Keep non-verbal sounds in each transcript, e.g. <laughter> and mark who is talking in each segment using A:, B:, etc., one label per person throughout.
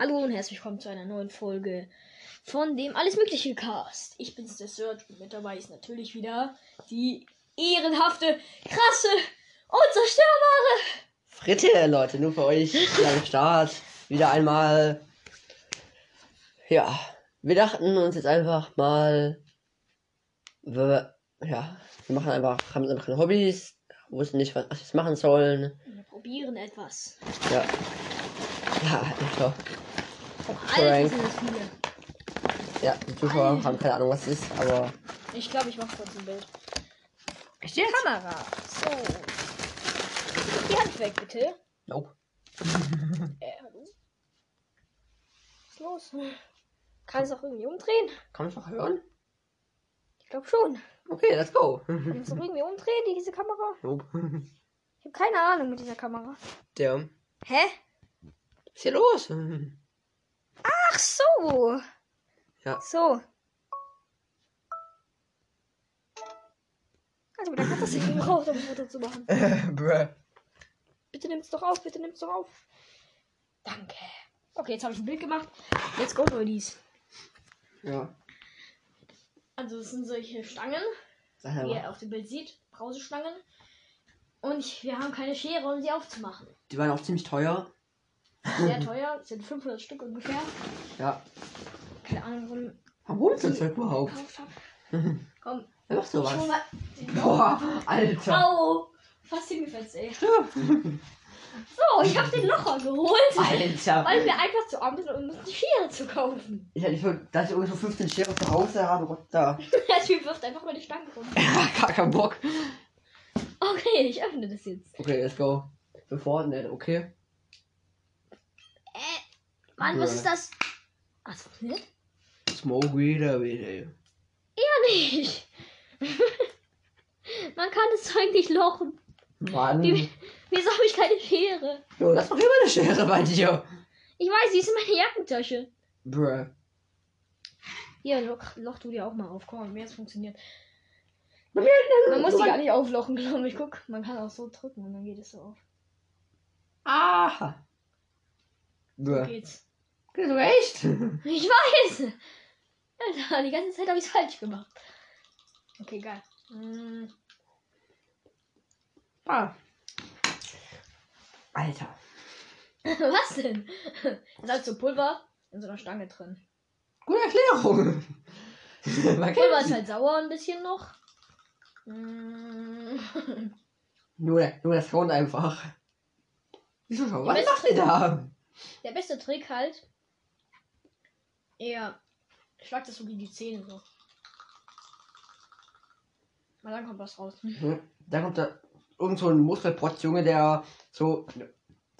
A: Hallo und herzlich willkommen zu einer neuen Folge von dem Alles Mögliche Cast. Ich bin's, der Search, und mit dabei ist natürlich wieder die ehrenhafte, krasse, unzerstörbare.
B: Fritte, Leute, nur für euch am Start. Wieder einmal. Ja, wir dachten uns jetzt einfach mal. Wir, ja, wir machen einfach, haben einfach keine Hobbys, wussten nicht, was was wir machen sollen.
A: Wir probieren etwas.
B: Ja. Ja, also,
A: Oh, Alter, sind das viele.
B: ja, die Zuschauer haben keine Ahnung, was es ist, aber.
A: Ich glaube, ich mache kurz ein Bild.
B: Echt jetzt?
A: Kamera. So. Die Hand weg, bitte.
B: Nope.
A: Äh, hallo? Was ist los? Kann es auch irgendwie umdrehen?
B: Kann man es noch hören?
A: Ich glaube schon.
B: Okay, let's go.
A: Kann man es auch irgendwie umdrehen, die- diese Kamera?
B: nope.
A: Ich habe keine Ahnung mit dieser Kamera.
B: Der. Was
A: Hä?
B: ist hier los?
A: Ach so.
B: Ja.
A: So. Also, dann hat das nicht gebraucht, um ein Foto zu machen.
B: Bruh.
A: Bitte nimm's doch auf, bitte nimm's doch auf. Danke. Okay, jetzt habe ich ein Bild gemacht. Let's go, Goldies.
B: Ja.
A: Also, es sind solche Stangen,
B: Sag
A: wie
B: mal.
A: ihr auf dem Bild seht. Brausestangen. Und ich- wir haben keine Schere, um sie aufzumachen.
B: Die waren auch ziemlich teuer.
A: Sehr teuer, sind 500 Stück ungefähr.
B: Ja.
A: Keine Ahnung, warum ich
B: Warum ist das überhaupt?
A: gekauft habe.
B: Wer
A: Komm,
B: macht
A: schon
B: sowas?
A: mal.
B: Boah, Alter.
A: Au! Fast hingefetzt, ey.
B: Stirb.
A: <laughs> So, ich hab den Locher geholt,
B: Alter.
A: weil wir einfach zu arm sind, um uns eine Schere zu kaufen. <laughs>
B: Ich hätte schon, dass ich ungefähr 15 Schere zu Hause habe, Gott, da. <laughs>
A: Der Typ wirft einfach mal die Stange rum.
B: Gar kein Bock.
A: Okay, ich öffne das jetzt.
B: Okay, let's go. Bevor, ne, okay.
A: Äh, Mann, was
B: Ja.
A: ist das? Ach, das funktioniert?
B: Smoke wieder, wieder.
A: Ja, nicht. <laughs> Man kann das Zeug nicht lochen.
B: Mann.
A: Die- Wieso habe ich keine Schere?
B: Jo, lass doch immer eine Schere bei dir.
A: Ich weiß, die ist in meiner Jackentasche.
B: Bruh.
A: Hier, loch, loch du dir auch mal auf. Komm, mir hat's funktioniert. Man
B: Man
A: muss die gar nicht auflochen, glaube ich. Guck, man kann auch so drücken und dann geht es so auf.
B: Ah.
A: So
B: Bruh.
A: geht's.
B: Geht so echt?
A: Ich weiß. Alter, die ganze Zeit habe ich es falsch gemacht. Okay, geil. Hm, <laughs>
B: ah. Alter.
A: was denn? Das ist halt so Pulver in so einer Stange drin.
B: Gute Erklärung.
A: Pulver
B: Man kennt
A: ist
B: sie.
A: halt sauer ein bisschen noch. Hm,
B: Nur, der- nur das Sound einfach. Wieso schon?
A: Die
B: Was
A: beste-
B: macht ihr da?
A: Der beste Trick halt. Ja. Schlag das so gegen die Zähne so. Mal dann kommt was raus.
B: Hm, Da kommt da irgend so ein Muskelprotz, Junge, der so,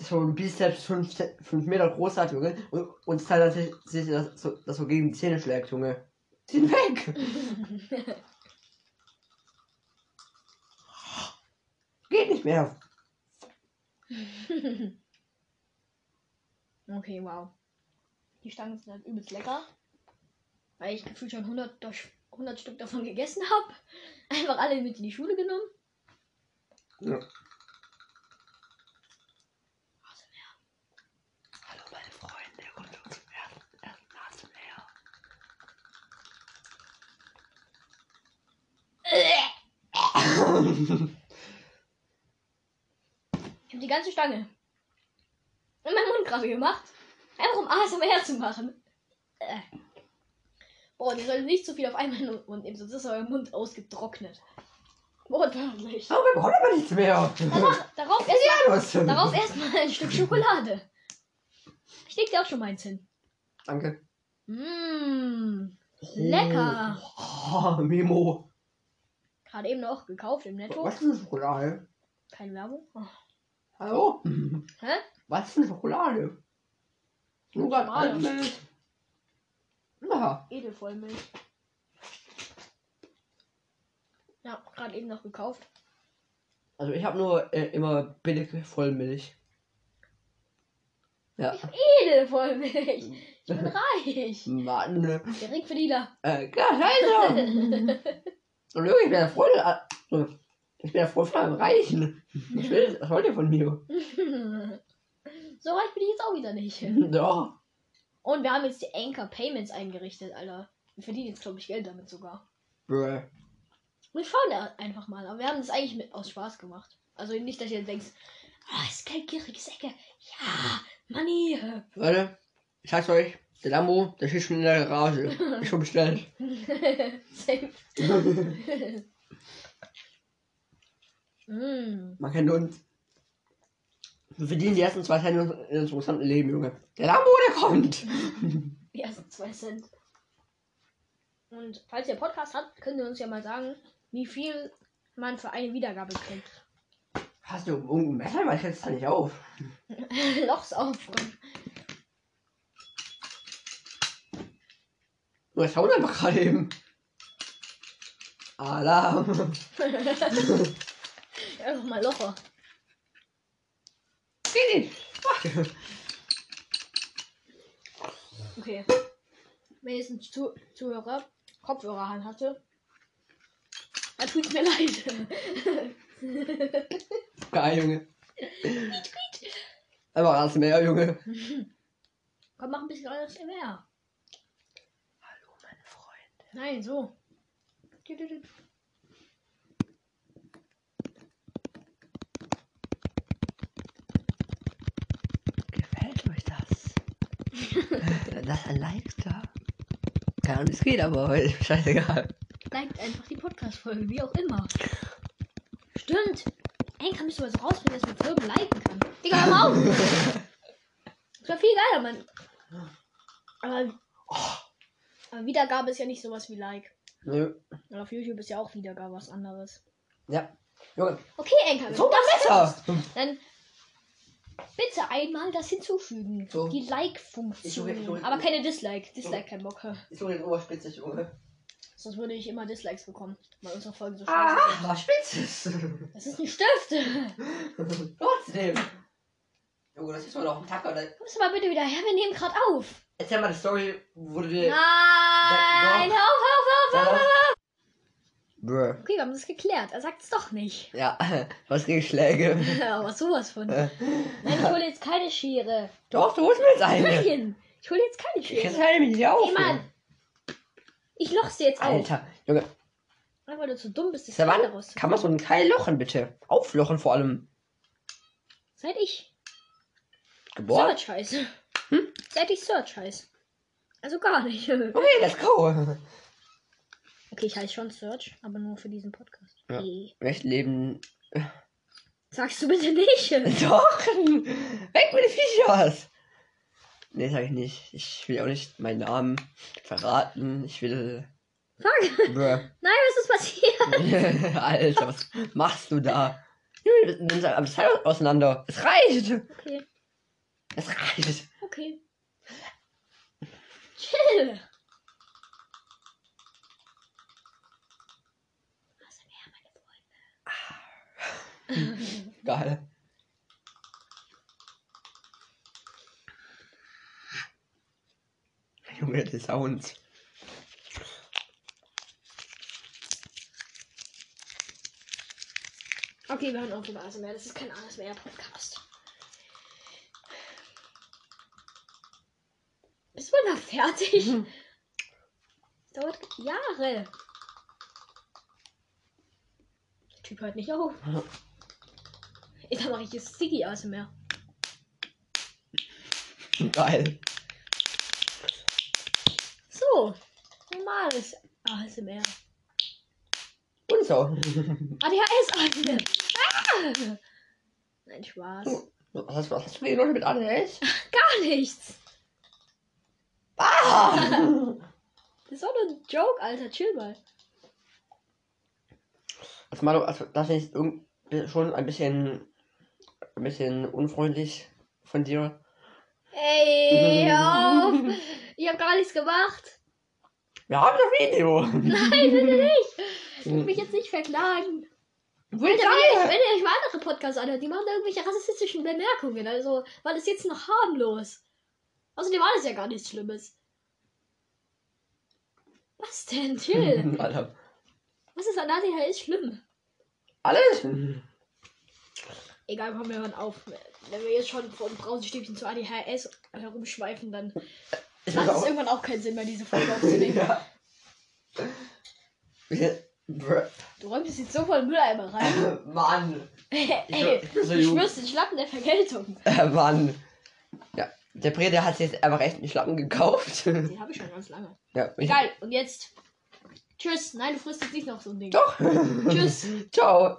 B: so ein Bizeps 5 Meter groß hat, Junge. Und, und zeigt, dass sich, sich das, so, das so gegen die Zähne schlägt, Junge. Sind <laughs> weg! Geht nicht mehr.
A: Okay, wow. Die Stangen sind halt übelst lecker. Weil ich gefühlt schon 100, durch- 100 Stück davon <laughs> gegessen habe. Einfach alle mit in die Schule genommen.
B: Ja. Hallo meine Freunde und zum ersten, ersten ASMR. <laughs>
A: Ich habe die ganze Stange in meinen Mund gerade gemacht. Einfach um ASMR zu machen. Äh. Boah, die sollen nicht so viel auf einmal in den Mund nehmen, sonst ist euer Mund ausgetrocknet. Wortwörtlich.
B: Aber wir brauchen aber nichts mehr.
A: Danach, darauf erstmal
B: Servus. <laughs>
A: darauf erstmal ein Stück Schokolade. Ich leg dir auch schon meins hin.
B: Danke.
A: Mmh. Lecker.
B: Oh, Memo.
A: Gerade eben noch gekauft im Netto.
B: Was ist eine Schokolade?
A: Keine Werbung. Oh.
B: Hallo?
A: Hä?
B: <laughs> Was ist eine Schokolade? Nougat
A: Schokolade.
B: Almilch. Na,
A: Edelvollmilch. Ja, gerade eben noch gekauft.
B: also ich habe nur äh, immer billig Vollmilch. Ja.
A: Edelvollmilch. Ich bin reich.
B: Mann.
A: Geringverdiener.
B: Äh, klar,
A: <laughs>
B: scheiße. Und wirklich, ich bin ja voll. äh, Ich bin ja voll von einem Reichen. Ich will das heute von mir.
A: so reich bin ich jetzt auch wieder nicht.
B: Doch.
A: Und wir haben jetzt die Anchor Payments eingerichtet, Alter. Wir verdienen jetzt, glaube ich, Geld damit sogar.
B: Bruh.
A: Wir schauen da einfach mal. Aber wir haben das eigentlich mit aus Spaß gemacht. Also nicht, dass ihr denkst, ah, ist kein gieriges Ecke. Ja, Money. <laughs>
B: Leute, ich sag's euch, der Lambo, der steht schon in der Garage. Ist schon bestellt.
A: Safe. mm.
B: Man kennt uns. Wir verdienen die ersten zwei Cent in unserem gesamten Leben, Junge. Der Lambo, der kommt!
A: Die ersten zwei Cent. Und falls ihr Podcast habt, könnt ihr uns ja mal sagen, wie viel man für eine Wiedergabe kriegt. <laughs>
B: Hast du irgendein Messer? Weil ich jetzt da nicht auf.
A: Lochs aufräumen.
B: Nur das haut einfach gerade eben. Alarm. <laughs>
A: Einfach mal Locher.
B: Geh nicht.
A: <laughs> Okay. Wenigstens Zu Zuhörer Kopfhörer an hatte. Da tut mir <laughs> leid.
B: Geil, Junge. Einfach Rasenmäher, Junge.
A: Komm, mach ein bisschen alles mehr.
B: Hallo, meine Freunde.
A: Nein, so.
B: Gefällt euch <laughs> das? Lasst ein Like da. Keine Ahnung, es geht, aber scheißegal.
A: Liked einfach die Podcast-Folge, wie auch immer. Stimmt. Ey, kann müssen wir was rausfinden, dass man Folgen liken kann. Digga, hör mal auf!
B: <laughs>
A: Das wäre viel geiler, Mann. Aber,
B: Oh.
A: aber Wiedergabe ist ja nicht sowas wie Like.
B: Nö.
A: Und auf YouTube ist ja auch Wiedergabe was anderes.
B: Ja. Junge,
A: Okay, Enker,
B: so das besser.
A: dann bitte einmal das hinzufügen.
B: So.
A: Die
B: Ich suche jetzt
A: Like-Funktion.
B: so-
A: Aber keine Dislike. Dislike kein Bock.
B: Ist übrigens oberspitzig, Junge.
A: Sonst würde ich immer Dislikes bekommen, weil unsere Folgen so scheiße sind.
B: Ah, spitzes.
A: Das ist ein Stift!
B: <laughs> Trotzdem. Junge, das ist wohl noch ein Tag oder.
A: Kommst du mal bitte wieder her, wir nehmen gerade auf.
B: Erzähl mal eine Story, wo du dir.
A: Nein,
B: Äh, doch.
A: hör auf, hör auf, hör auf, hör auf.
B: Bruh.
A: Okay, wir haben es geklärt. Er sagt es doch nicht. <laughs>
B: Ja, <laughs> was gegen Schläge. <laughs>
A: Aber sowas von. Nein, ich hole jetzt keine Schere.
B: Doch, du holst mir jetzt eine.
A: Nein, ich hole jetzt keine
B: Ich
A: Schere.
B: kann mich nicht auf.
A: Ey, Mann. Ich loch's dir jetzt auf.
B: Alter, Junge,
A: Einfach weil du zu dumm bist, das Teil
B: Savannah,
A: rauszuholen.
B: kann man so einen Keil lochen, bitte? Auflochen vor allem.
A: Seit ich
B: Geboren?
A: Search heiße.
B: Hm?
A: Seit ich Search heiße. Also gar nicht. <laughs> Okay,
B: Okay, let's go. <laughs>
A: ich heiße schon Search, aber nur für diesen Podcast.
B: Ja.
A: Ey.
B: Recht leben. <laughs>
A: Sagst du bitte nicht. <laughs>
B: Doch! Weg mit den Viechers! Nee, sag ich nicht. Ich will auch nicht meinen Namen verraten. Ich will.
A: Sag.
B: Bruh.
A: Nein, was ist passiert?
B: <laughs> Alter, was machst du da? Junge, du nimmst einfach das Teil auseinander. Es reicht!
A: Okay,
B: Es reicht!
A: okay. Chill. Was wär meine Freunde?
B: Geil. Junge, die Sounds.
A: Okay, wir hören auch über ASMR. Das ist kein ASMR-Podcast. Bist du da fertig?
B: Mhm.
A: Dauert Jahre. Der Typ hört nicht auf.
B: Ja.
A: Ich mache ich jetzt Sticky ASMR.
B: Geil.
A: So. Normales ASMR.
B: Und so.
A: ADHS ASMR. Ah! Nein, Spaß.
B: Was hast, was hast du gegen Leute mit ADS?
A: Gar nichts.
B: Ah!
A: Das war nur ein Joke, Alter. Chill mal.
B: Also, Manu, also, das ist irgend- schon ein bisschen, ein bisschen unfreundlich von dir.
A: Ey, hör auf!
B: <laughs>
A: Ich habe gar nichts gemacht.
B: Wir haben das Video. Hm.
A: Nein, bitte
B: <laughs>
A: nicht. Ich will mich
B: Würde
A: jetzt nicht verklagen. Bitte, wenn, ihr,
B: ich
A: wenn ihr euch mal andere Podcasts anhört, die machen da irgendwelche rassistischen Bemerkungen. Also war das jetzt noch harmlos. Außerdem war das ja gar nichts Schlimmes. Was denn,
B: <laughs>
A: Till?
B: Alter.
A: Was ist an ADHS schlimm?
B: Alles?
A: Egal, komm, wir hören auf. Wenn wir jetzt schon von Brausestübchen zu ADHS herumschweifen, dann
B: Ich
A: Macht es
B: auch-
A: irgendwann auch keinen Sinn mehr, diese Folge
B: <laughs>
A: aufzunehmen.
B: ja. Wir- Br- <laughs>
A: Du räumst es jetzt so voll Mülleimer rein.
B: Mann.
A: Ey,
B: ich bin so
A: du
B: jung.
A: spürst den Schlappen der Vergeltung.
B: Äh, Mann. Ja. Der Brede hat sich jetzt einfach echt einen Schlappen gekauft. <laughs>
A: Den habe ich schon ganz lange.
B: ja, ich,
A: Egal, und jetzt. Tschüss. Nein, du frisst jetzt nicht noch so ein Ding.
B: doch. <laughs>
A: Tschüss.
B: Ciao.